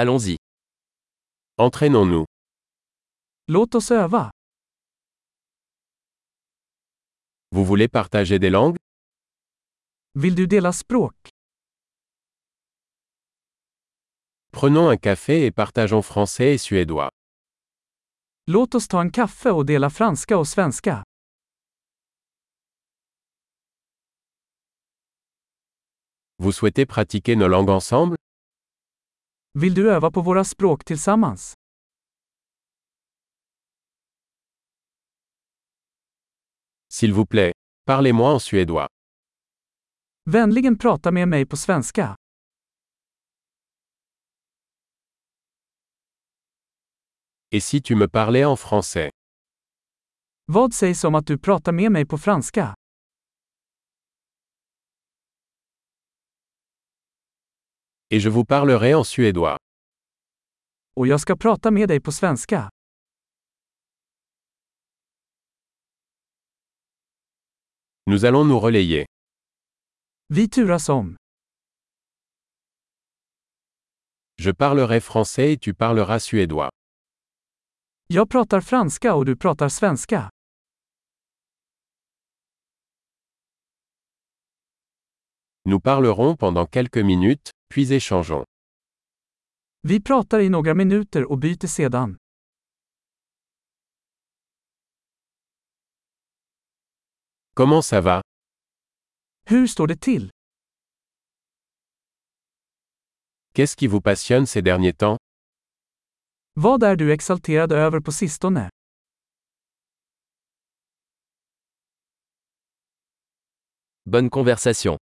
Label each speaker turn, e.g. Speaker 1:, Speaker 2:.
Speaker 1: Allons-y. Entraînons-nous.
Speaker 2: Låt oss öva.
Speaker 1: Vous voulez partager des langues
Speaker 2: Vill du dela språk?
Speaker 1: Prenons un café et partageons français et suédois.
Speaker 2: Låt oss ta en kaffe och dela franska och svenska.
Speaker 1: Vous souhaitez pratiquer nos langues ensemble
Speaker 2: Vill du öva på våra språk tillsammans?
Speaker 1: S'il vous plaît, parlez-moi en suédois.
Speaker 2: Vänligen prata med mig på svenska.
Speaker 1: Et si tu me parlais en français
Speaker 2: Vad sägs om att du pratar med mig på franska?
Speaker 1: Et je vous parlerai en suédois.
Speaker 2: Och jag ska prata med dig på svenska.
Speaker 1: Nous allons nous relayer.
Speaker 2: Vi turas om.
Speaker 1: Je parlerai français et tu parleras suédois.
Speaker 2: Jag pratar franska och du pratar svenska.
Speaker 1: Nous parlerons pendant quelques minutes, puis échangeons.
Speaker 2: Vi pratar i några minuter och byter sedan.
Speaker 1: Comment ça va
Speaker 2: Hur står det till?
Speaker 1: Qu'est-ce qui vous passionne ces derniers temps
Speaker 2: Vad är du exalterad över på sistone?
Speaker 3: Bonne conversation.